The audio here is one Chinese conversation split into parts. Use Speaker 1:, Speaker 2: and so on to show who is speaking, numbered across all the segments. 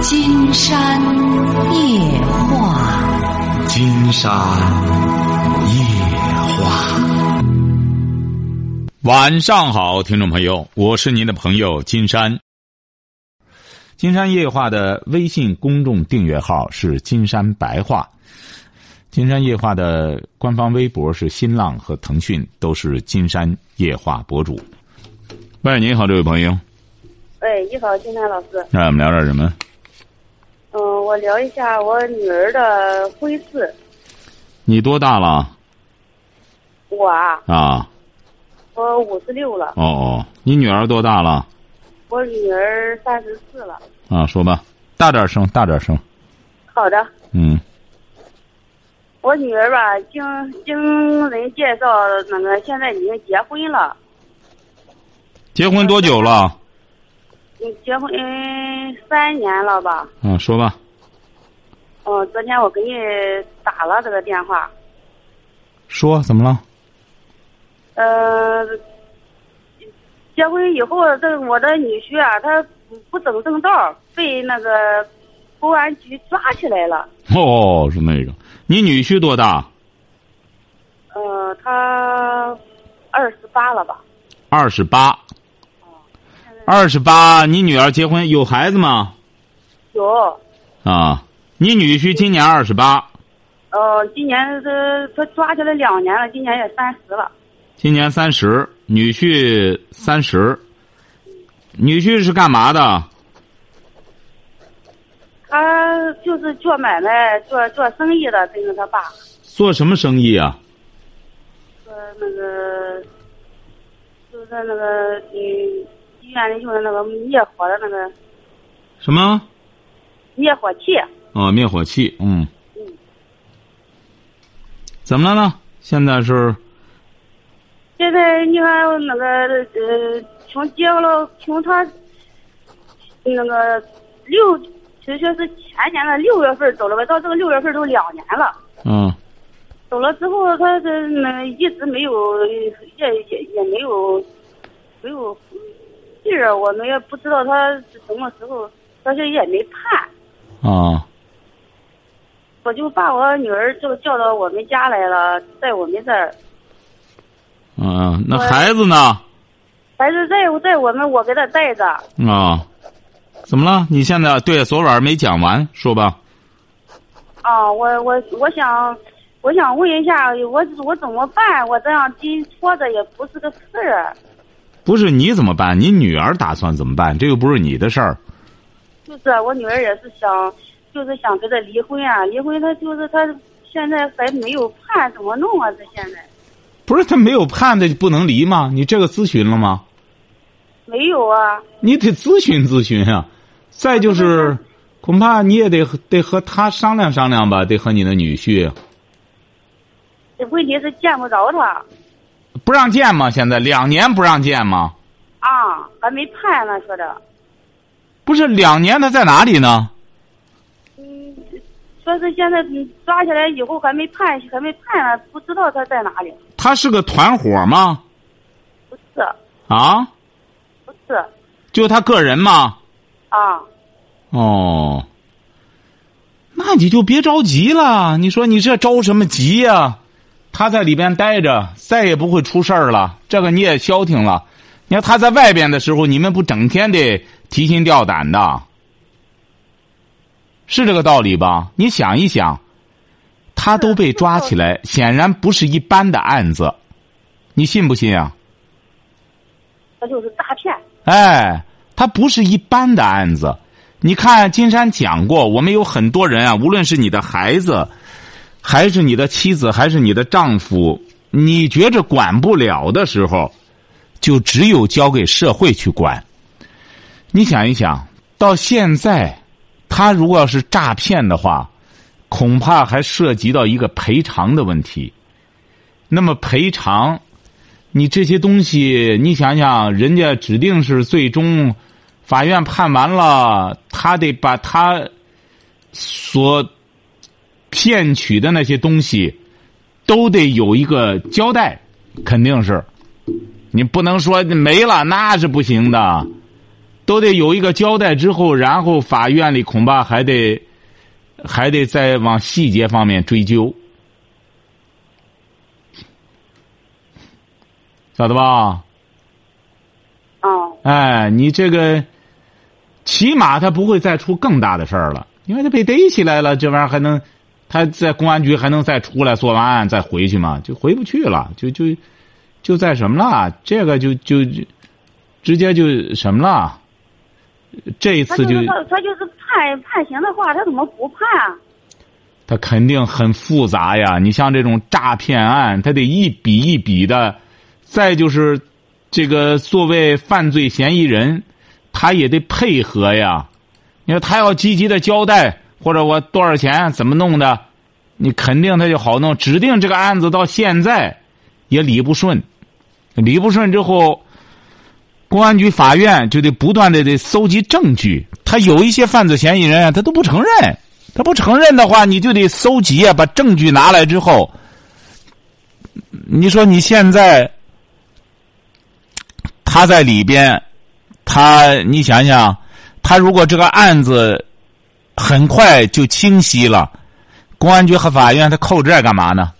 Speaker 1: 金山夜话，
Speaker 2: 金山夜话。晚上好，听众朋友，我是您的朋友金山。金山夜话的微信公众订阅号是“金山白话”，金山夜话的官方微博是新浪和腾讯，都是金山夜话博主。喂，你好，这位朋友。
Speaker 3: 喂，你好，金山老师。
Speaker 2: 那我们聊点什么？
Speaker 3: 嗯，我聊一下我女儿的婚事。
Speaker 2: 你多大了？
Speaker 3: 我啊，
Speaker 2: 啊，
Speaker 3: 我五十六了，
Speaker 2: 哦哦，你女儿多大了？
Speaker 3: 我女儿三十四了。
Speaker 2: 啊，说吧，大点声，大点声。
Speaker 3: 好的，
Speaker 2: 嗯，
Speaker 3: 我女儿吧，经经人介绍，那个现在已经结婚了。
Speaker 2: 结婚多久了？
Speaker 3: 嗯，结婚嗯三年了吧？
Speaker 2: 啊，说吧。
Speaker 3: 嗯，昨天我给你打了这个电话。
Speaker 2: 说怎么了？
Speaker 3: 呃，结婚以后，这我的女婿啊，他不不走正道儿，被那个公安局抓起来了。
Speaker 2: 哦，是那个。你女婿多大？
Speaker 3: 呃，他二十八了吧？
Speaker 2: 二十八。二十八，你女儿结婚有孩子吗？
Speaker 3: 有，
Speaker 2: 啊，你女婿今年二十八，
Speaker 3: 呃，今年他他抓起来两年了，今年也三十了。
Speaker 2: 今年三十，女婿三十。女婿是干嘛的？
Speaker 3: 他就是做买卖、做做生意的，跟着他爸
Speaker 2: 做什么生意啊？
Speaker 3: 做那个，就是那个嗯，医院里用的那个灭火的那个
Speaker 2: 什么？
Speaker 3: 灭火器。
Speaker 2: 啊，灭火器，嗯。
Speaker 3: 嗯，
Speaker 2: 怎么了呢？现在是
Speaker 3: 现在你看那个呃，从结婚了，从他那个六，就说是前年的六月份走了吧，到这个六月份都两年了。
Speaker 2: 嗯，
Speaker 3: 走了之后，他这那一直没有，也也也没有，没有信儿，我们也不知道他是什么时候，但是也没判，
Speaker 2: 啊，
Speaker 3: 我就把我女儿就叫到我们家来了，在我们这儿，
Speaker 2: 啊，那
Speaker 3: 我
Speaker 2: 孩子呢？
Speaker 3: 还是在在我们我给她带着，
Speaker 2: 啊，怎么了？你现在对昨晚没讲完，说吧。
Speaker 3: 啊，我我我想，我想问一下，我我怎么办？我这样金拖着也不是个事儿，
Speaker 2: 不是你怎么办？你女儿打算怎么办？这又不是你的事儿。
Speaker 3: 就是啊我女儿也是想，就是想跟他离婚啊，离婚她就是她现在还没有判，怎么弄啊？这现在
Speaker 2: 不是他没有判的就不能离吗？你这个咨询了吗？
Speaker 3: 没有啊？
Speaker 2: 你得咨询咨询啊。再就是，恐怕你也得和得和他商量商量吧，得和你的女婿
Speaker 3: 问题是见不着他
Speaker 2: 不让见吗？现在两年不让见吗？
Speaker 3: 啊，还没判呢，说的，
Speaker 2: 不是两年他在哪里呢？
Speaker 3: 嗯，说是现在嗯抓起来以后还没判，还没判呢，不知道他在哪里，
Speaker 2: 他是个团伙吗？
Speaker 3: 不是，
Speaker 2: 啊，
Speaker 3: 不是
Speaker 2: 就他个人吗？
Speaker 3: 啊。
Speaker 2: 哦，那你就别着急了。你说你这着什么急呀、他在里边待着，再也不会出事儿了。这个你也消停了。你看他在外边的时候，你们不整天的提心吊胆的，是这个道理吧？你想一想，他都被抓起来，显然不是一般的案子，你信不信啊？
Speaker 3: 他就是诈骗。
Speaker 2: 哎，它不是一般的案子。你看，金山讲过，我们有很多人啊，无论是你的孩子，还是你的妻子，还是你的丈夫，你觉着管不了的时候，就只有交给社会去管。你想一想，到现在，他如果要是诈骗的话，恐怕还涉及到一个赔偿的问题。那么赔偿，你这些东西，你想想，人家指定是最终，法院判完了，他得把他所骗取的那些东西，都得有一个交代，肯定是，你不能说没了，那是不行的。都得有一个交代之后，然后法院里恐怕还得，还得再往细节方面追究，咋的吧？
Speaker 3: 嗯
Speaker 2: 哎，你这个，起码他不会再出更大的事儿了，因为他被逮起来了，这玩意儿还能，他在公安局还能再出来做完案再回去吗？就回不去了，就就，就在什么了？这个就就，直接就什么了？这一
Speaker 3: 他
Speaker 2: 次
Speaker 3: 就
Speaker 2: 就是
Speaker 3: 他他就是判判刑的话，他怎么不判啊？
Speaker 2: 他肯定很复杂呀。你像这种诈骗案，他得一笔一笔的。再就是，这个作为犯罪嫌疑人，他也得配合呀。你说他要积极的交代，或者我多少钱怎么弄的，你肯定他就好弄。指定这个案子到现在也理不顺，理不顺之后，公安局、法院就得不断的得搜集证据。他有一些犯罪嫌疑人啊，他都不承认。他不承认的话，你就得搜集啊，把证据拿来之后，你说你现在他在里边，他你想想，他如果这个案子很快就清晰了，公安局和法院他扣这儿干嘛呢？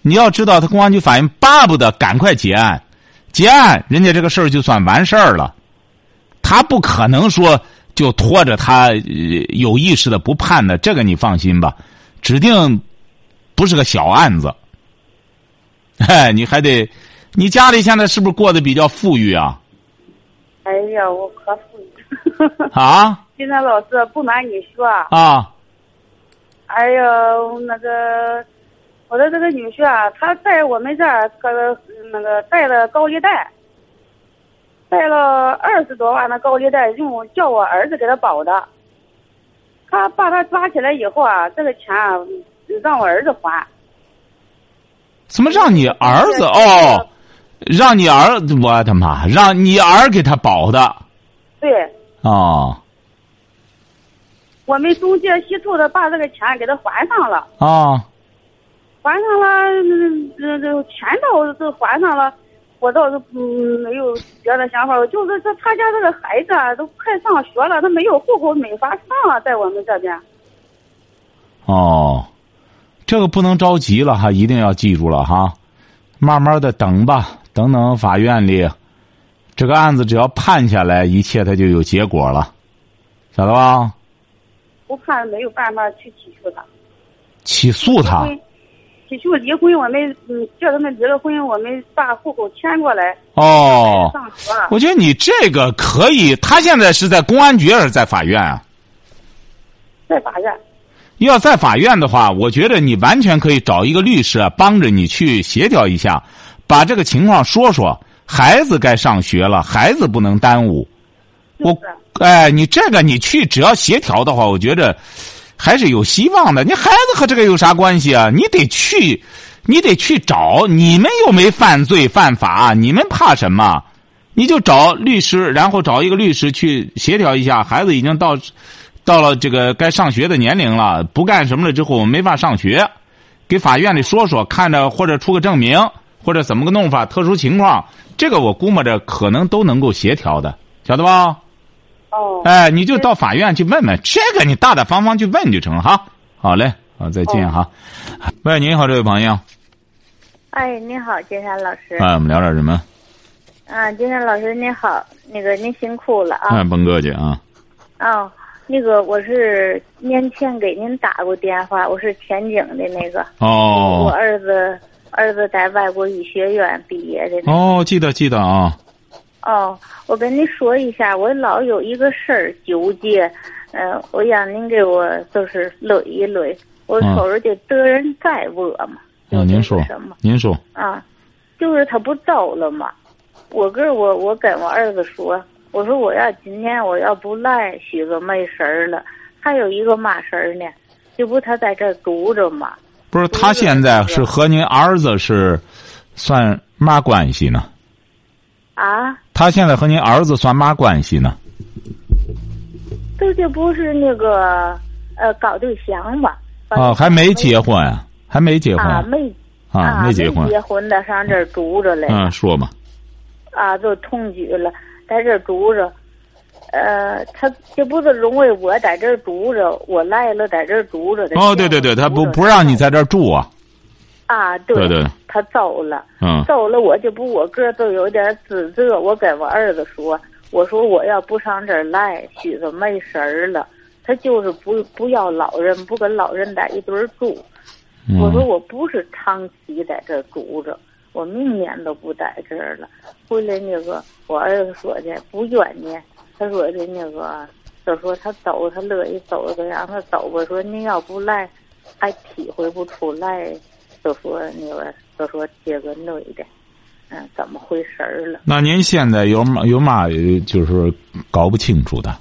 Speaker 2: 你要知道，他公安局、法院巴不得赶快结案，结案人家这个事儿就算完事儿了。他不可能说就拖着他呃有意识的不判的，这个你放心吧，指定不是个小案子。哎，你还得，你家里现在是不是过得比较富裕啊？
Speaker 3: 哎呀，我可服了。
Speaker 2: 啊
Speaker 3: 金山老师，不瞒你说，
Speaker 2: 啊，
Speaker 3: 哎呀，那个我的这个女婿啊，他在我们这儿呃那个贷了高利贷，贷了二十多万的高利贷，用叫我儿子给他保的。他把他抓起来以后啊，这个钱啊让我儿子还。
Speaker 2: 怎么让你儿子哦？让你儿，我的妈，让你儿给他保的
Speaker 3: 对，
Speaker 2: 哦
Speaker 3: 我们中介西兔的把这个钱给他还上了。
Speaker 2: 哦
Speaker 3: 还上了，嗯这这钱倒是还上了，我倒是嗯没有别的想法，我就是这他家这个孩子啊，都快上学了，他没有户口没法上了，在我们这边。
Speaker 2: 哦，这个不能着急了哈，一定要记住了哈，慢慢的等吧，等等法院里，这个案子只要判下来，一切它就有结果了，晓得吧？
Speaker 3: 我怕没有办法去起诉他，
Speaker 2: 起诉他，
Speaker 3: 因为起诉离婚，我们嗯叫他们离了婚，我们把户口迁过来
Speaker 2: 哦，
Speaker 3: 上学了。
Speaker 2: 我觉得你这个可以，他现在是在公安局还是在法院啊？
Speaker 3: 在法院。
Speaker 2: 要在法院的话，我觉得你完全可以找一个律师啊，帮着你去协调一下，把这个情况说说。孩子该上学了，孩子不能耽误。我
Speaker 3: 就是
Speaker 2: 哎，你这个你去只要协调的话，我觉着还是有希望的。你孩子和这个有啥关系啊？你得去，你得去找。你们又没犯罪犯法，啊你们怕什么？你就找律师，然后找一个律师去协调一下。孩子已经到到了这个该上学的年龄了，不干什么了之后没法上学，给法院里说说，看着或者出个证明，或者怎么个弄法，特殊情况，这个我估摸着可能都能够协调的，晓得吧？
Speaker 3: 哦，
Speaker 2: 哎，你就到法院去问问，这个你大大方方去问就成了哈。好嘞，好，再见哈。喂，您好，这位朋友，
Speaker 4: 哎，你好，金山老师。
Speaker 2: 哎，我们聊点什么？
Speaker 4: 啊，金山老师您好，那个您辛苦了啊
Speaker 2: 哎，。甭客气啊。
Speaker 4: 哦，那个我是年前给您打过电话，我是前景的那个，我
Speaker 2: 哦
Speaker 4: 儿子儿子在外国语学院毕业的那个。
Speaker 2: 哦，记得记得啊。
Speaker 4: 哦，我跟您说一下，我老有一个事儿纠结，嗯、我让您给我就是捋一捋，我
Speaker 2: 嗯
Speaker 4: 瞅着就得人在我嘛。
Speaker 2: 啊，您说
Speaker 4: 就是什么？，
Speaker 2: 您说，
Speaker 4: 啊，就是他不招了嘛。我跟我我跟我儿子说，我说我要今年我要不来，许个没神儿了。还有一个嘛事儿呢，这不他在这儿读着嘛？
Speaker 2: 不是他现在是和您儿子是算嘛关系呢？
Speaker 4: 啊，
Speaker 2: 他现在和您儿子算嘛关系呢？
Speaker 4: 这这不是那个呃搞对象嘛？
Speaker 2: 啊，还没结婚，还没结婚
Speaker 4: 啊，没
Speaker 2: 啊，没
Speaker 4: 结
Speaker 2: 结婚。啊
Speaker 4: 结婚的上这儿读着嘞、
Speaker 2: 嗯，说吧。
Speaker 4: 啊，就同居了，在这儿住着。呃，他这不是容为我在这儿住着，我赖了在这儿住着的。
Speaker 2: 哦，对对对，他不不让你在这儿住啊。
Speaker 4: 啊，
Speaker 2: 对对
Speaker 4: 他走了，
Speaker 2: 嗯
Speaker 4: 走了，我这不我个儿都有点指责，我跟我儿子说，我说我要不上这儿赖，许子没神儿了。他就是不不要老人，不跟老人在一堆儿住。
Speaker 2: 嗯
Speaker 4: 我说我不是长期在这儿住着，我明年都不在这儿了。回来那个我儿子说的不怨你，他说的那个，他说他走，他乐意走，就让他走吧。说你要不来，还体会不出来。就说那个，就说这个女的，嗯，怎么回事儿了？
Speaker 2: 那您现在有嘛有嘛呃就是搞不清楚的？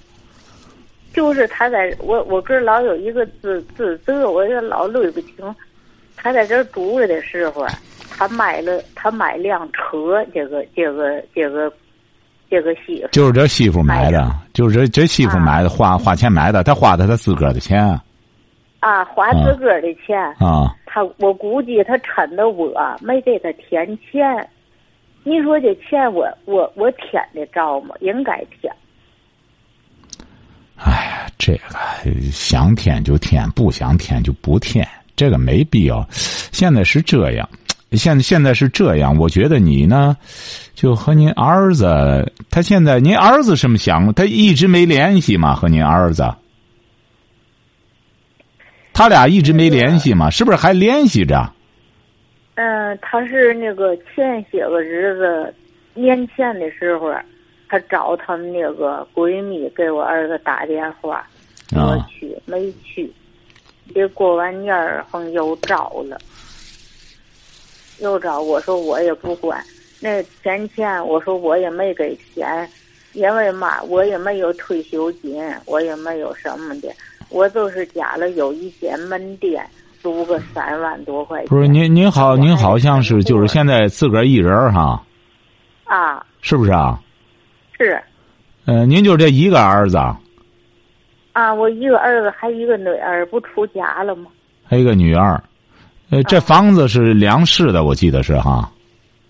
Speaker 4: 就是他在我我这儿老有一个自自责，我这老捋不清。他在这儿住着的时候啊，他买了他买辆车，这个这个这个这个媳妇儿
Speaker 2: 就是这媳妇买
Speaker 4: 买
Speaker 2: 的，就是这这媳妇买的，花花钱买的，他花的他自个儿的钱啊
Speaker 4: 啊，花自个儿的钱，
Speaker 2: 啊。
Speaker 4: 他我估计他趁着我没给他添钱。你说这钱我我我添得着吗？应该添。
Speaker 2: 哎，这个想舔就舔，不想舔就不舔，这个没必要。现在是这样，现现在是这样，我觉得你呢，就和您儿子，他现在您儿子什么想法？他一直没联系嘛，和您儿子，他俩一直没联系嘛，是不是还联系着？
Speaker 4: 嗯，他是那个前些个日子年前的时候，他找他们那个闺蜜给我儿子打电话，我
Speaker 2: 啊
Speaker 4: 去没去，这过完年儿后又找了，又找我说我也不管，那钱钱我说我也没给钱，因为嘛我也没有退休金，我也没有什么的，我就是家了有一间门店，租个三万多块钱。
Speaker 2: 不是您您好，您好像是就是现在自个儿一人儿哈，
Speaker 4: 啊，
Speaker 2: 是不是啊？
Speaker 4: 是
Speaker 2: 呃，您就这一个儿子，
Speaker 4: 啊，我一个儿子还一个女儿，不出家了吗？
Speaker 2: 还有一个女儿，呃，这房子是梁氏的，我记得是哈。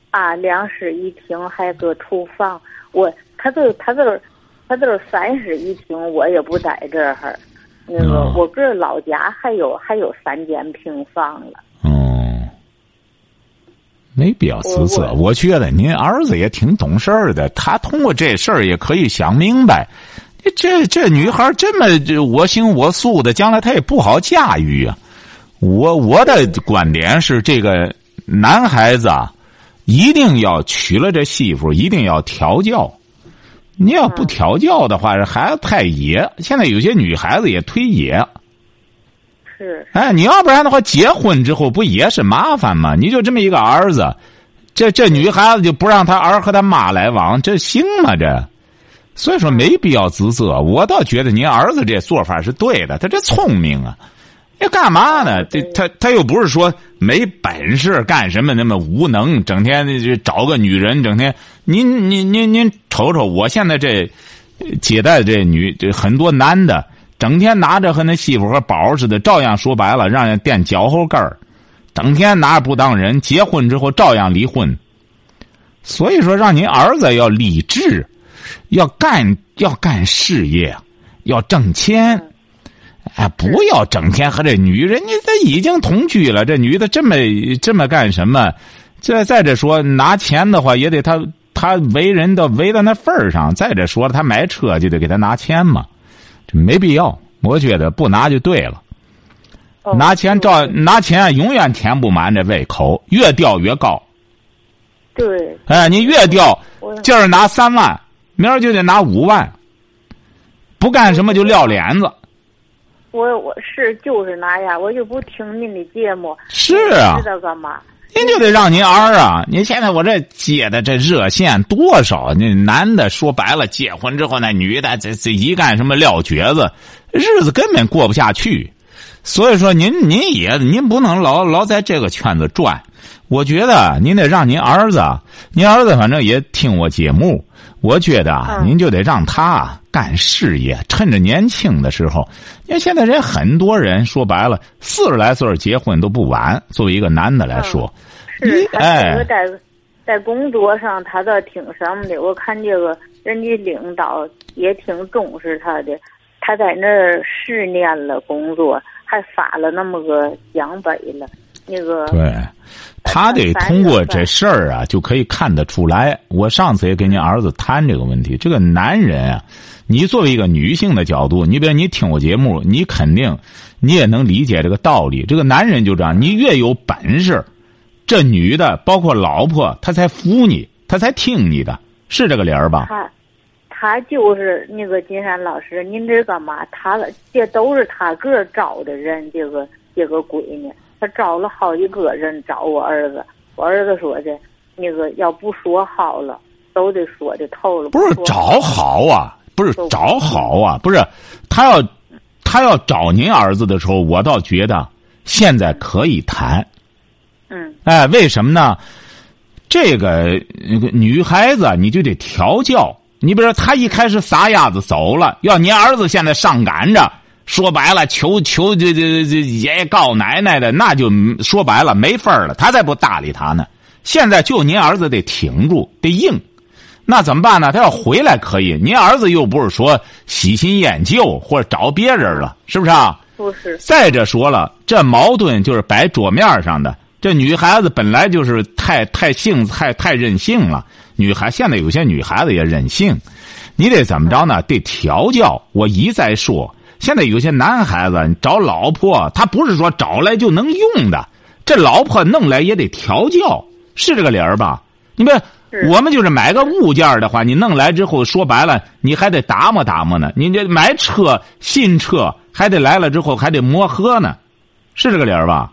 Speaker 4: 啊，两室一厅，还个厨房。我他就他就是他就是三室一厅，我也不在这儿。那个
Speaker 2: 嗯
Speaker 4: 我这老家还有还有三间平房了。
Speaker 2: 嗯，没必要自责。
Speaker 4: 我
Speaker 2: 我觉得您儿子也挺懂事儿的，他通过这事儿也可以想明白，这这女孩儿这么这我行我素的，将来她也不好驾驭啊。我我的观点是，这个男孩子啊，一定要娶了这媳妇，一定要调教。你要不调教的话，这孩子太野。现在有些女孩子也忒野。
Speaker 4: 是
Speaker 2: 哎，你要不然的话，结婚之后不也是麻烦吗？你就这么一个儿子，这这女孩子就不让她儿和她妈来往，这行吗？这，所以说没必要自责。我倒觉得您儿子这做法是对的，他这聪明啊，要干嘛呢？这他他又不是说没本事干什么那么无能，整天就找个女人，整天您您您您瞅瞅，我现在这姐带这女这很多男的，整天拿着和那媳妇和宝儿似的，照样说白了让人垫脚后跟儿，整天拿着不当人，结婚之后照样离婚。所以说，让您儿子要理智，要干要干事业，要挣钱。哎，不要整天和这女人，你这已经同居了，这女的这么这么干什么？这再者说，拿钱的话也得他他为人的为到那份儿上。再者说了，他买车就得给他拿钱嘛，这没必要。我觉得不拿就对了，
Speaker 4: 哦
Speaker 2: 拿钱照拿钱啊永远填不满这胃口，越掉越高。
Speaker 4: 对
Speaker 2: 哎，你越掉
Speaker 4: 我，
Speaker 2: 今儿拿三万，明儿就得拿五万，不干什么就撂脸子。
Speaker 4: 我我是就是那样，我就不听您的节目，
Speaker 2: 是啊
Speaker 4: 知，道干嘛？
Speaker 2: 您就得让您儿啊！您现在我这接的这热线多少？那男的说白了，结婚之后那女的这这一干什么撂蹶子，日子根本过不下去。所以说您，您也您不能老老在这个圈子转。我觉得您得让您儿子，您儿子反正也听我节目，我觉得啊
Speaker 4: 嗯
Speaker 2: 您就得让他干事业，趁着年轻的时候。因为现在人很多人说白了，四十来岁儿结婚都不晚。作为一个男的来说，
Speaker 4: 是，他这
Speaker 2: 哎
Speaker 4: 个在在工作上他倒挺什么的。我看这个人家领导也挺重视他的，他在那儿试念了工作，还发了那么个奖杯了，那个
Speaker 2: 对，哎他得通过这事儿啊，就可以看得出来。我上次也给您儿子谈这个问题，这个男人啊，你作为一个女性的角度，你比如你听我节目，你肯定你也能理解这个道理。这个男人就这样，你越有本事，这女的包括老婆，她才服你，她才听你的，是这个理儿吧？
Speaker 4: 他他就是那个金山老师，您这干嘛？他这都是他个儿招的人，这个这个闺女，他招了好几个人找我儿子，我儿子说的，那个要不说好了，都得说的透了。
Speaker 2: 不是
Speaker 4: 说嗯
Speaker 2: 找好啊，不是
Speaker 4: 都不
Speaker 2: 找好啊，不是他要他要找您儿子的时候，我倒觉得现在可以谈。
Speaker 4: 嗯
Speaker 2: 哎，为什么呢？这个呃女孩子啊你就得调教。你比如说，她一开始撒丫子走了，要你儿子现在上赶着，说白了，求求这这这爷爷告奶奶的，那就说白了没份儿了，他才不搭理他呢。现在就您儿子得挺住，得硬。那怎么办呢？他要回来可以，您儿子又不是说喜新厌旧或者找别人了，是不是啊？
Speaker 4: 就是
Speaker 2: 再者说了，这矛盾就是摆桌面上的。这女孩子本来就是太太性子太太任性了，女孩现在有些女孩子也任性，你得怎么着呢？得调教。我一再说，现在有些男孩子你找老婆，他不是说找来就能用的，这老婆弄来也得调教，是这个理儿吧？你们
Speaker 4: 是
Speaker 2: 我们就是买个物件儿的话，你弄来之后，说白了你还得打磨打磨呢。你这买车新车还得来了之后还得磨合呢，是这个理儿吧？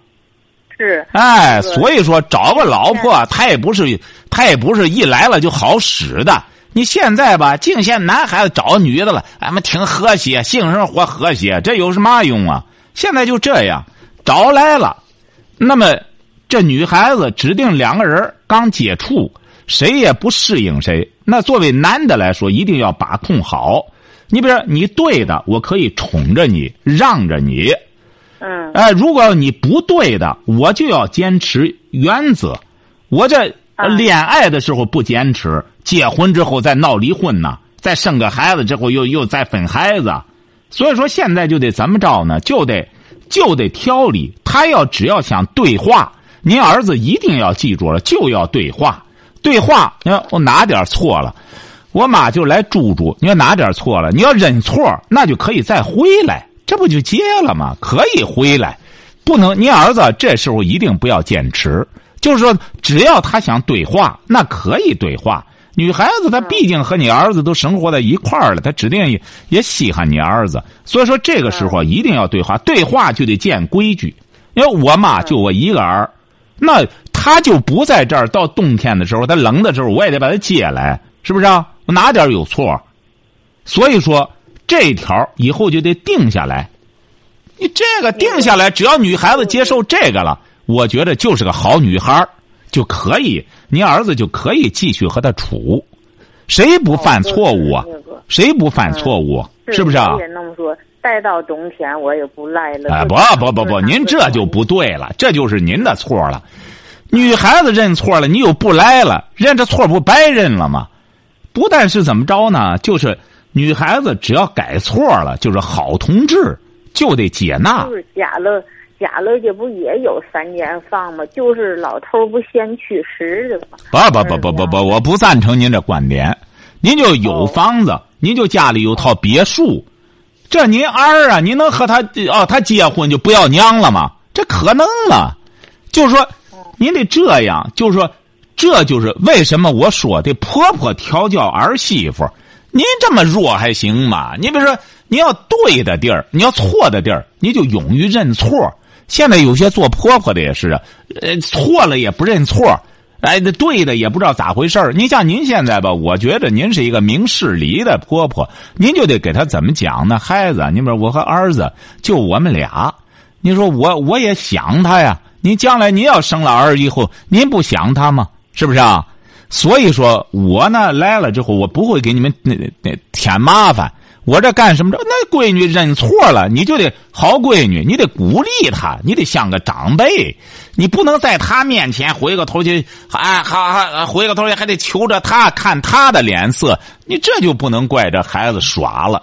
Speaker 4: 是
Speaker 2: 哎，
Speaker 4: 对
Speaker 2: 所以说找个老婆，她也不是，她也不是一来了就好使的。你现在吧，净现男孩子找女的了，俺们挺和谐，性生活和谐，这有什么用啊？现在就这样，找来了，那么这女孩子指定两个人刚接触，谁也不适应谁。那作为男的来说，一定要把控好。你比如说你对的，我可以宠着你，让着你。
Speaker 4: 嗯
Speaker 2: 哎，如果你不对的，我就要坚持原则。我这
Speaker 4: 啊
Speaker 2: 恋爱的时候不坚持，结婚之后再闹离婚呢，再生个孩子之后又又再分孩子，所以说现在就得怎么着呢？就得就得挑理。他要只要想对话，您儿子一定要记住了，就要对话。对话，你看我哪点儿错了，我妈就来住住。你要哪点儿错了，你要认错，那就可以再回来，这不就结了吗？可以回来，不能您儿子这时候一定不要坚持，就是说只要他想对话，那可以对话。女孩子她毕竟和你儿子都生活在一块儿了，她指定也也稀罕你儿子，所以说这个时候一定要对话，对话就得见规矩。因为我妈就我一个儿，那她就不在这儿。到冬天的时候，她冷的时候，我也得把她接来，是不是啊？我哪点儿有错？所以说这一条儿以后就得定下来。你这个定下来，只要女孩子接受这个了，我觉得就是个好女孩儿就可以，您儿子就可以继续和她处。谁不犯错误啊
Speaker 4: 哦？就是那嗯个
Speaker 2: 谁不犯错误？是不是啊？
Speaker 4: 我也那么说，待到冬天我也呃不赖了。
Speaker 2: 哎，
Speaker 4: 就
Speaker 2: 不
Speaker 4: 是
Speaker 2: 不不不，
Speaker 4: 就是
Speaker 2: 您这就不
Speaker 4: 他
Speaker 2: 对了，这就是您的错了。女孩子认错了，你又不来了，认这错不白认了吗？不但是怎么着呢，就是女孩子只要改错了，就是好同志，就得接纳
Speaker 4: 就。是假了，假了，这不也有三年放吗？就是老头不先去世的吗？
Speaker 2: 不不不不不不，我不赞成您这观点。您就有
Speaker 4: 哦
Speaker 2: 房子，您就家里有套别墅，这您儿啊，您能和他哦，他结婚就不要娘了吗？这可能啊吗？就是说，您得这样，就是说，这就是为什么我说的婆婆调教儿媳妇，您这么弱还行吗？你比如说，你要对的地儿，你要错的地儿，你就勇于认错。现在有些做婆婆的也是啊，呃，错了也不认错，哎，那对的也不知道咋回事儿。您像您现在吧，我觉得您是一个明事理的婆婆，您就得给她怎么讲呢？孩子，啊你比如我和儿子就我们俩，你说我我也想他呀。您将来您要生了儿以后，您不想他吗？是不是啊？所以说我呢来了之后，我不会给你们那那那添麻烦。我这干什么着？那闺女认错了，你就得好闺女，你得鼓励她，你得像个长辈，你不能在她面前回个头去，哎，还还回个头去还得求着她看她的脸色，你这就不能怪这孩子耍了。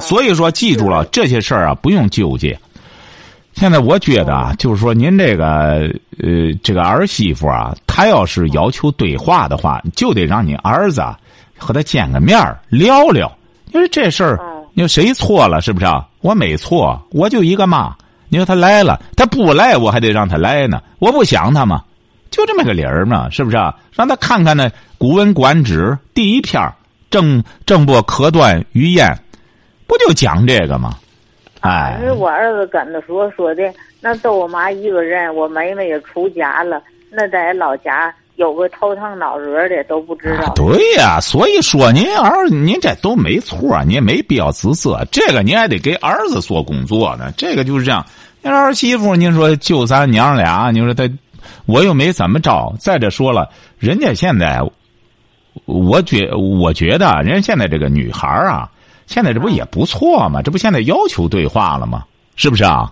Speaker 2: 所以说，记住了这些事儿啊，不用纠结。现在我觉得啊，就是说您这个呃，这个儿媳妇啊，她要是要求对话的话，就得让你儿子啊和他见个面儿聊聊。因为这事儿
Speaker 4: 嗯，
Speaker 2: 你说谁错了是不是啊？我没错，我就一个妈。你说他来了，他不来我还得让他来呢，我不想他吗？就这么个理儿嘛，是不是啊？让他看看那《古文观止》第一篇儿“郑郑伯轲断于鄢”，不就讲这个吗？哎
Speaker 4: 反，正我儿子赶的时候说的，那都我妈一个人，我妹妹也出家了，那在老家有个头疼脑热的都不知道。
Speaker 2: 啊对呀、所以说您儿您这都没错儿，您没必要自责。这个您还得给儿子做工作呢，这个就是这样。您儿媳妇，您说就咱娘俩，你说她，我又没怎么着。再者说了，人家现在，我觉我觉得啊人家现在这个女孩儿啊，现在这不也不错嘛，这不现在要求对话了吗？是不是啊？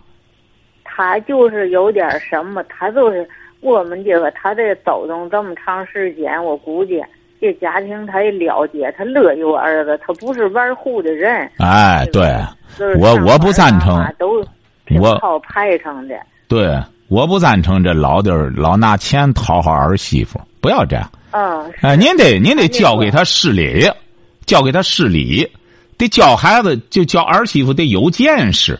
Speaker 4: 他就是有点什么，他就是我们这个他这走动这么长时间，我估计这家庭他也了解，他乐意我儿子，他不是玩户的人。
Speaker 2: 哎，对，
Speaker 4: 就是
Speaker 2: 我
Speaker 4: 上
Speaker 2: 我不
Speaker 4: 班
Speaker 2: 赞
Speaker 4: 干
Speaker 2: 成
Speaker 4: 嘛都挺
Speaker 2: 我
Speaker 4: 好派上的。
Speaker 2: 对，我不赞成这老弟儿老拿钱讨好儿媳妇，不要这样。
Speaker 4: 嗯，
Speaker 2: 哎，您得您得
Speaker 4: 那个
Speaker 2: 教给他事理，教给他事理，得教孩子就教儿媳妇得有见识，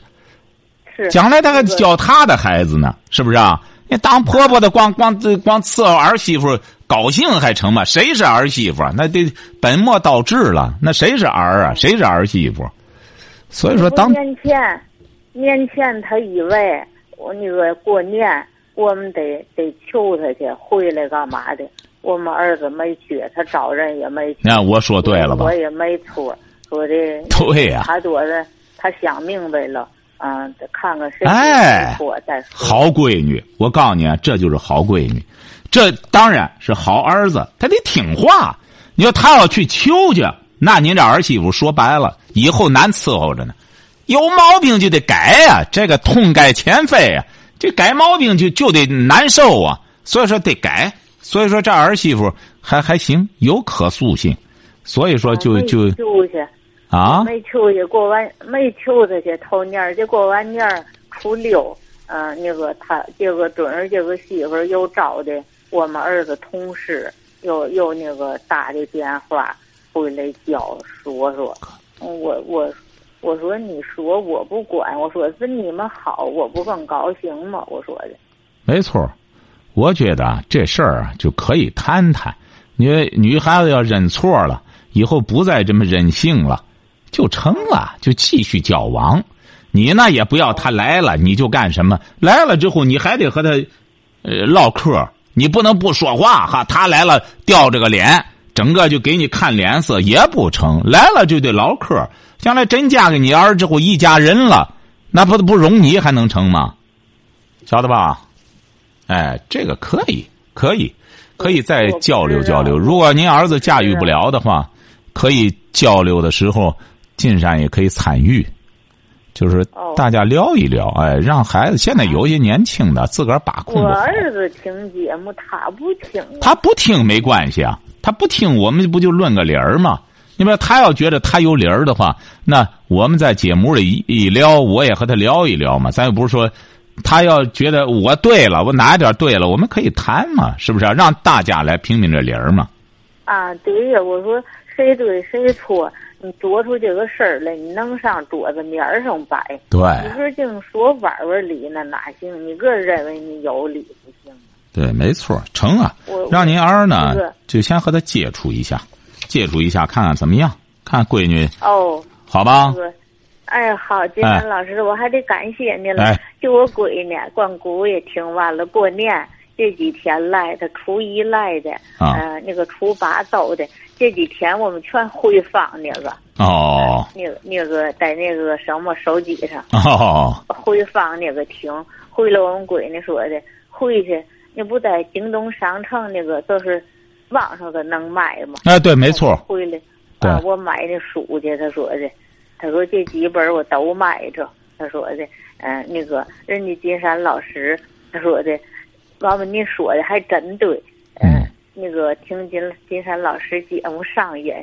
Speaker 4: 是
Speaker 2: 将来他还
Speaker 4: 这个
Speaker 2: 教他的孩子呢，是不是啊？那当婆婆的光光光伺候儿媳妇高兴还成吗？谁是儿媳妇啊？那得本末倒置了。那谁是儿啊？谁是儿媳妇？所以说当，
Speaker 4: 年前，年前他以为我那个过年我们得得求他去，回来干嘛的？我们儿子没去，他找人也没去。
Speaker 2: 那我说对了吧
Speaker 4: 我？也没错，说的
Speaker 2: 对呀、
Speaker 4: 他多的，他想明白了，嗯，得看看谁
Speaker 2: 哎
Speaker 4: 错再说。
Speaker 2: 好闺女，我告诉你啊，这就是好闺女，这当然是好儿子，他得听话。你说他要去求去，那您这儿媳妇说白了，以后难伺候着呢。有毛病就得改呀、这个痛改前非啊，这改毛病就就得难受啊，所以说得改。所以说这儿媳妇还还行，有可塑性，所以说就
Speaker 4: 啊没
Speaker 2: 就
Speaker 4: 求去，
Speaker 2: 啊，
Speaker 4: 没求去，过完没求他去头年儿，这过完年儿初六，嗯、那个他这个准儿这个媳妇儿又找的我们儿子同事，又又那个打的电话回来叫说说，嗯我我我说你说我不管，我说是你们好，我不更高兴吗？我说的。
Speaker 2: 没错儿，我觉得啊，这事儿啊就可以谈谈。因为女孩子要认错了，以后不再这么任性了，就成了，就继续交往。你呢也不要他来了你就干什么？来了之后你还得和他，呃，唠嗑儿，你不能不说话哈。他来了吊着个脸，整个就给你看脸色也不成。来了就得唠嗑儿，将来真嫁给你儿之后一家人了，那不不容你还能成吗？晓得吧？哎，这个可以，可以，可以再交流交流。如果您儿子驾驭不了的话，可以交流的时候，金山也可以参与，就是
Speaker 4: 哦
Speaker 2: 大家聊一聊，哎，让孩子现在有些年轻的自个儿把控
Speaker 4: 我
Speaker 2: 不好，
Speaker 4: 儿子听节目，他不听啊。
Speaker 2: 他不听没关系啊，他不听我们不就论个理儿吗？你说他要觉得他有理儿的话，那我们在节目里一一聊，我也和他聊一聊嘛。咱又不是说，他要觉得我对了，我哪点对了，我们可以谈嘛，是不是啊、让大家来评评这理儿嘛。
Speaker 4: 啊，对呀，我说谁对谁错，你做出这个事儿来，你能上桌子面儿上摆。
Speaker 2: 对
Speaker 4: 你说净说玩玩理，那哪行？你个人认为你有理不行。
Speaker 2: 对，没错，成啊
Speaker 4: 我。
Speaker 2: 让您儿呢
Speaker 4: 这个，
Speaker 2: 就先和他接触一下，接触一下，看看怎么样，看闺女
Speaker 4: 哦，
Speaker 2: 好吧？
Speaker 4: 哥，哎，好，金
Speaker 2: 啊哎
Speaker 4: 山老师，我还得感谢您了。
Speaker 2: 哎
Speaker 4: 就我闺女光谷也听完了，过年这几天来的，初一来的，
Speaker 2: 啊
Speaker 4: 呃，那个初八走的，这几天我们全回访那个，
Speaker 2: 哦
Speaker 4: 那个那个在那个什么手机上。
Speaker 2: 哦，
Speaker 4: 回访那个厅，回来我们闺女说的，回去那不在京东商城那个就是网上的能买吗？
Speaker 2: 哎，对，没错，
Speaker 4: 回来，
Speaker 2: 对
Speaker 4: 啊，我买的书去，他说的，他说这几本我都买着，他说的，嗯、那个人家金山老师，他说的，妈妈你说的还真对，呃
Speaker 2: 嗯，
Speaker 4: 那个听金金山老师节目上瘾，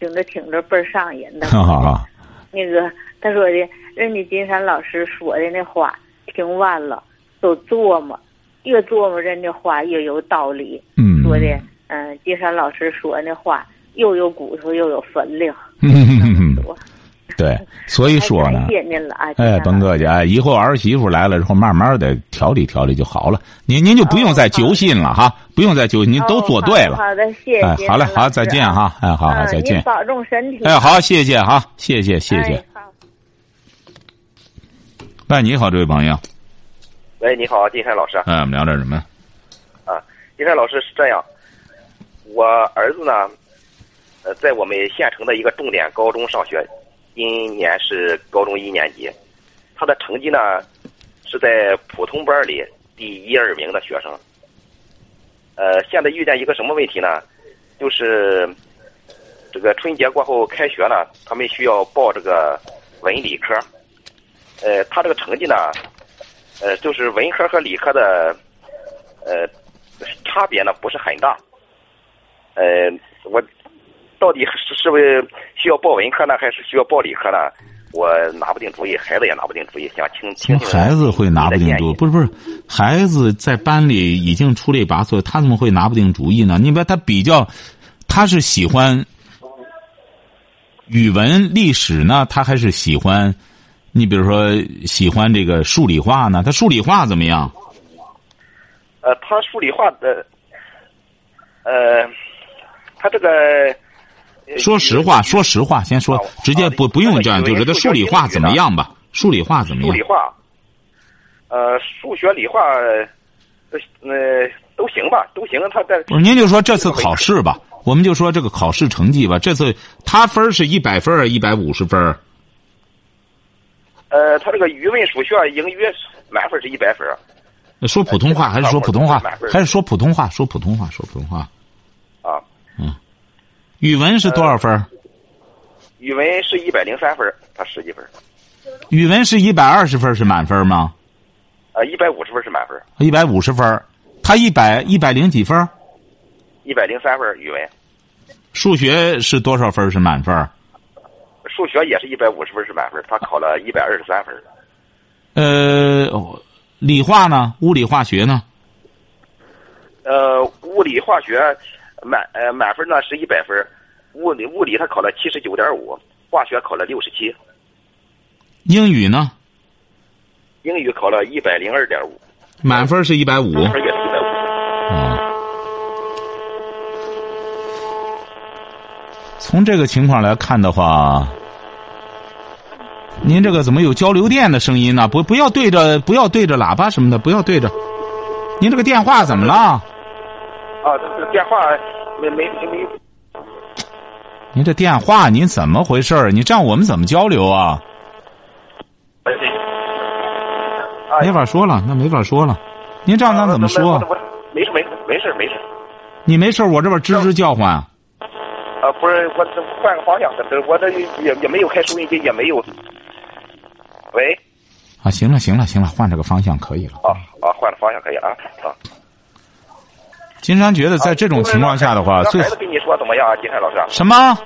Speaker 4: 听着听着倍儿上瘾 的，
Speaker 2: 哈哈，
Speaker 4: 那个他说的，人家金山老师说的那话听完了都琢磨，越琢磨人家话越有道理。
Speaker 2: 嗯，
Speaker 4: 说的，嗯、金山老师说那话又有骨头又有分量。
Speaker 2: 嗯
Speaker 4: 这么说
Speaker 2: 对，所以说呢
Speaker 4: 哎感，谢您了啊，
Speaker 2: 哎，
Speaker 4: 金山
Speaker 2: 甭
Speaker 4: 老
Speaker 2: 客
Speaker 4: 师，
Speaker 2: 气啊，以后儿媳妇来了之后，慢慢的调理调理就好了。您您就不用再揪心了哈，不用再揪，您都做对
Speaker 4: 哦
Speaker 2: 了。
Speaker 4: 好好的，谢谢
Speaker 2: 哎
Speaker 4: 金，
Speaker 2: 好
Speaker 4: 山
Speaker 2: 嘞
Speaker 4: 老，师啊
Speaker 2: 好，再见。哈，哎，好，好，
Speaker 4: 嗯
Speaker 2: 再
Speaker 4: 您
Speaker 2: 见。
Speaker 4: 保重身体。
Speaker 2: 哎，好，谢谢哈，谢谢，谢谢
Speaker 4: 哎。。好
Speaker 2: 喂，你好，这位朋友，
Speaker 5: 喂，你好，金山老师
Speaker 2: 哎，我们聊点什么？
Speaker 5: 啊。金山老师是这样，我儿子呢，呃，在我们县城的一个重点高中上学，今年是高中一年级，他的成绩呢是在普通班里第一二名的学生。呃，现在遇见一个什么问题呢？就是这个春节过后开学呢，他们需要报这个文理科。呃，他这个成绩呢，呃，就是文科和理科的呃，差别呢不是很大。呃，我到底是是不是需要报文科呢，还是需要报理科呢？我拿不定主意，孩子也拿不定主意，想听
Speaker 2: 怎
Speaker 5: 听
Speaker 2: 么
Speaker 5: 听
Speaker 2: 孩子会拿不定主
Speaker 5: 意
Speaker 2: 意？？不是不是，孩子在班里已经出类拔萃，他怎么会拿不定主意呢？你把他比较，他是喜欢语文、历史呢，他还是喜欢，你比如说喜欢这个数理化呢？他数理化怎么样？
Speaker 5: 呃，他数理化的，呃，他这个呃
Speaker 2: 说实话，说实话，先说
Speaker 5: 啊我
Speaker 2: 直接不
Speaker 5: 啊
Speaker 2: 不用这样，
Speaker 5: 那个
Speaker 2: 就
Speaker 5: 语
Speaker 2: 是他
Speaker 5: 文数学
Speaker 2: 数理化
Speaker 5: 英语
Speaker 2: 怎么
Speaker 5: 呢
Speaker 2: 样吧？数理化怎么
Speaker 5: 数
Speaker 2: 样
Speaker 5: 理？化，呃，数学、理化，呃，呃都行吧，都行。他在
Speaker 2: 不是，您就说这次考试吧，我们就说这个考试成绩吧。这次他分儿是一百分儿，啊一百五十分儿。
Speaker 5: 呃，他这个语文、数学、英语满分是一百分儿
Speaker 2: 说普通话还是说普通话
Speaker 5: 这个？
Speaker 2: 还是说普通话？说普通话，说普通话。
Speaker 5: 啊，
Speaker 2: 语文是多少分儿？
Speaker 5: 语文是一百零三分儿，他十几分儿，
Speaker 2: 语文是一百二十分儿是满分吗？
Speaker 5: 呃，一百五十分儿是满分儿，
Speaker 2: 一百五十分儿，他一百一百零几分儿？
Speaker 5: 一百零三分儿语文，
Speaker 2: 数学是多少分儿是满分儿？
Speaker 5: 数学也是一百五十分儿是满分儿，他考了一百二十三分儿，
Speaker 2: 呃，理化呢？物理化学呢？
Speaker 5: 呃，物理、化学满呃满分呢是一百分儿，物理物理他考了七十九点五，化学考了六十七，
Speaker 2: 英语呢？
Speaker 5: 英语考了一百零二点五，
Speaker 2: 满分是一百五。
Speaker 5: 而且是一百五。
Speaker 2: 从这个情况来看的话，您这个怎么有交流电的声音呢？不，不要对着，不要对着喇叭什么的，不要对着。您这个电话怎么了？
Speaker 5: 啊，这个电话没没没没
Speaker 2: 您这电话您怎么回事儿？你这样我们怎么交流啊？
Speaker 5: 哎对啊
Speaker 2: 没法说了，那没法说了。您这样哎咱怎么
Speaker 5: 我
Speaker 2: 说啊
Speaker 5: 我？我没事没事没事没事。
Speaker 2: 你没事儿，我这边吱吱叫唤。
Speaker 5: 啊，不是，我这换个方向，这我这也也没有开收音机，也没有。喂，
Speaker 2: 啊，行了，行了，行了，换这个方向可以了。
Speaker 5: 啊啊，换了方向可以了啊。啊
Speaker 2: 金山觉得在这种情况下的话，
Speaker 5: 让
Speaker 2: 最
Speaker 5: 孩子跟你说怎么样啊，金山老师？
Speaker 2: 什么？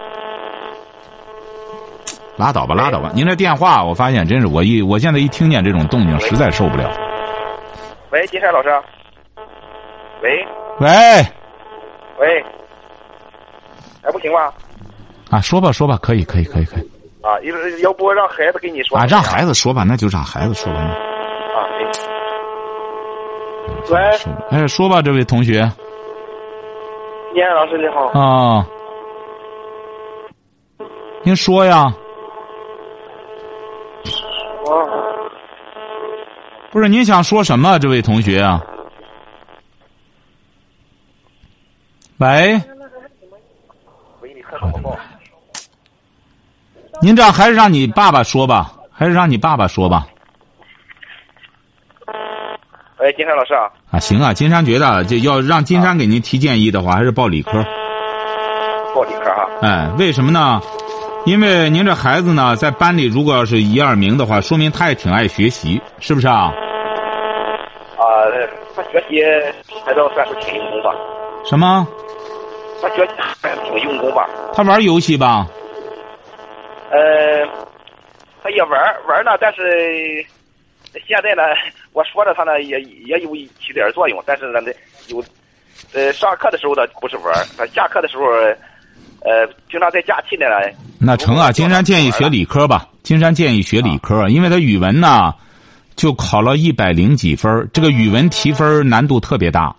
Speaker 2: 拉倒吧，拉倒吧！您这电话，我发现真是我一我现在一听见这种动静，实在受不了。
Speaker 5: 喂，金山老师，啊喂
Speaker 2: 喂，
Speaker 5: 喂，哎，不行吧？
Speaker 2: 啊，说吧，说吧，可以，可以，可以，可以。
Speaker 5: 啊，要是要不让孩子跟你说
Speaker 2: 啊，让
Speaker 5: 子
Speaker 2: 孩子说吧，那就让孩子说吧。
Speaker 5: 啊，
Speaker 2: 那
Speaker 5: 对喂
Speaker 2: 说吧哎，说吧，这位同学
Speaker 5: 金山老师你好，
Speaker 2: 啊，您说呀，
Speaker 5: 啊，
Speaker 2: 不是您想说什么？这位同学啊，喂，
Speaker 5: 喂，你看广告，
Speaker 2: 您这样还是让你爸爸说吧，还是让你爸爸说吧。
Speaker 5: 喂，金山老师啊，
Speaker 2: 啊，行啊，金山觉得啊这要让金山给您提建议的话，还是报理科。
Speaker 5: 报理科哈。
Speaker 2: 哎，为什么呢？因为您这孩子呢，在班里如果要是一二名的话，说明他也挺爱学习，是不是啊？
Speaker 5: 啊、他学习还倒算是挺用功吧，
Speaker 2: 什么？
Speaker 5: 他学习还挺哎用功吧。
Speaker 2: 他玩游戏吧？
Speaker 5: 呃，他也玩儿玩儿呢，但是现在呢， 我说着他呢也也有起点作用，但是呢有，呃，上课的时候呢不是玩儿，他下课的时候，呃，平常在假期内呢。
Speaker 2: 那成啊，金山建议学理科吧。金山建议学理科，因为他语文呢，就考了一百零几分儿这个语文题分儿难度特别大。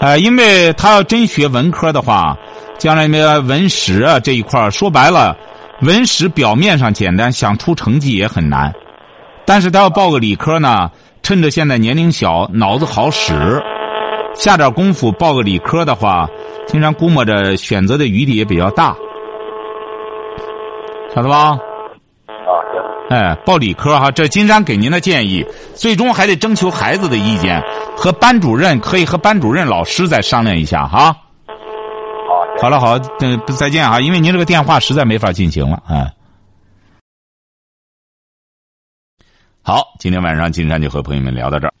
Speaker 2: 呃，因为他要真学文科的话，将来那文史啊这一块儿说白了，文史表面上简单，想出成绩也很难。但是他要报个理科呢，趁着现在年龄小，脑子好使，下点功夫报个理科的话，经常估摸着选择的余地也比较大，晓得吧？
Speaker 5: 啊，行，
Speaker 2: 哎，报理科哈，这金山给您的建议，最终还得征求孩子的意见，和班主任可以和班主任老师再商量一下哈。
Speaker 5: 好，行。
Speaker 2: 好了，好，嗯、再见啊，因为您这个电话实在没法进行了，哎。好，今天晚上金山就和朋友们聊到这儿。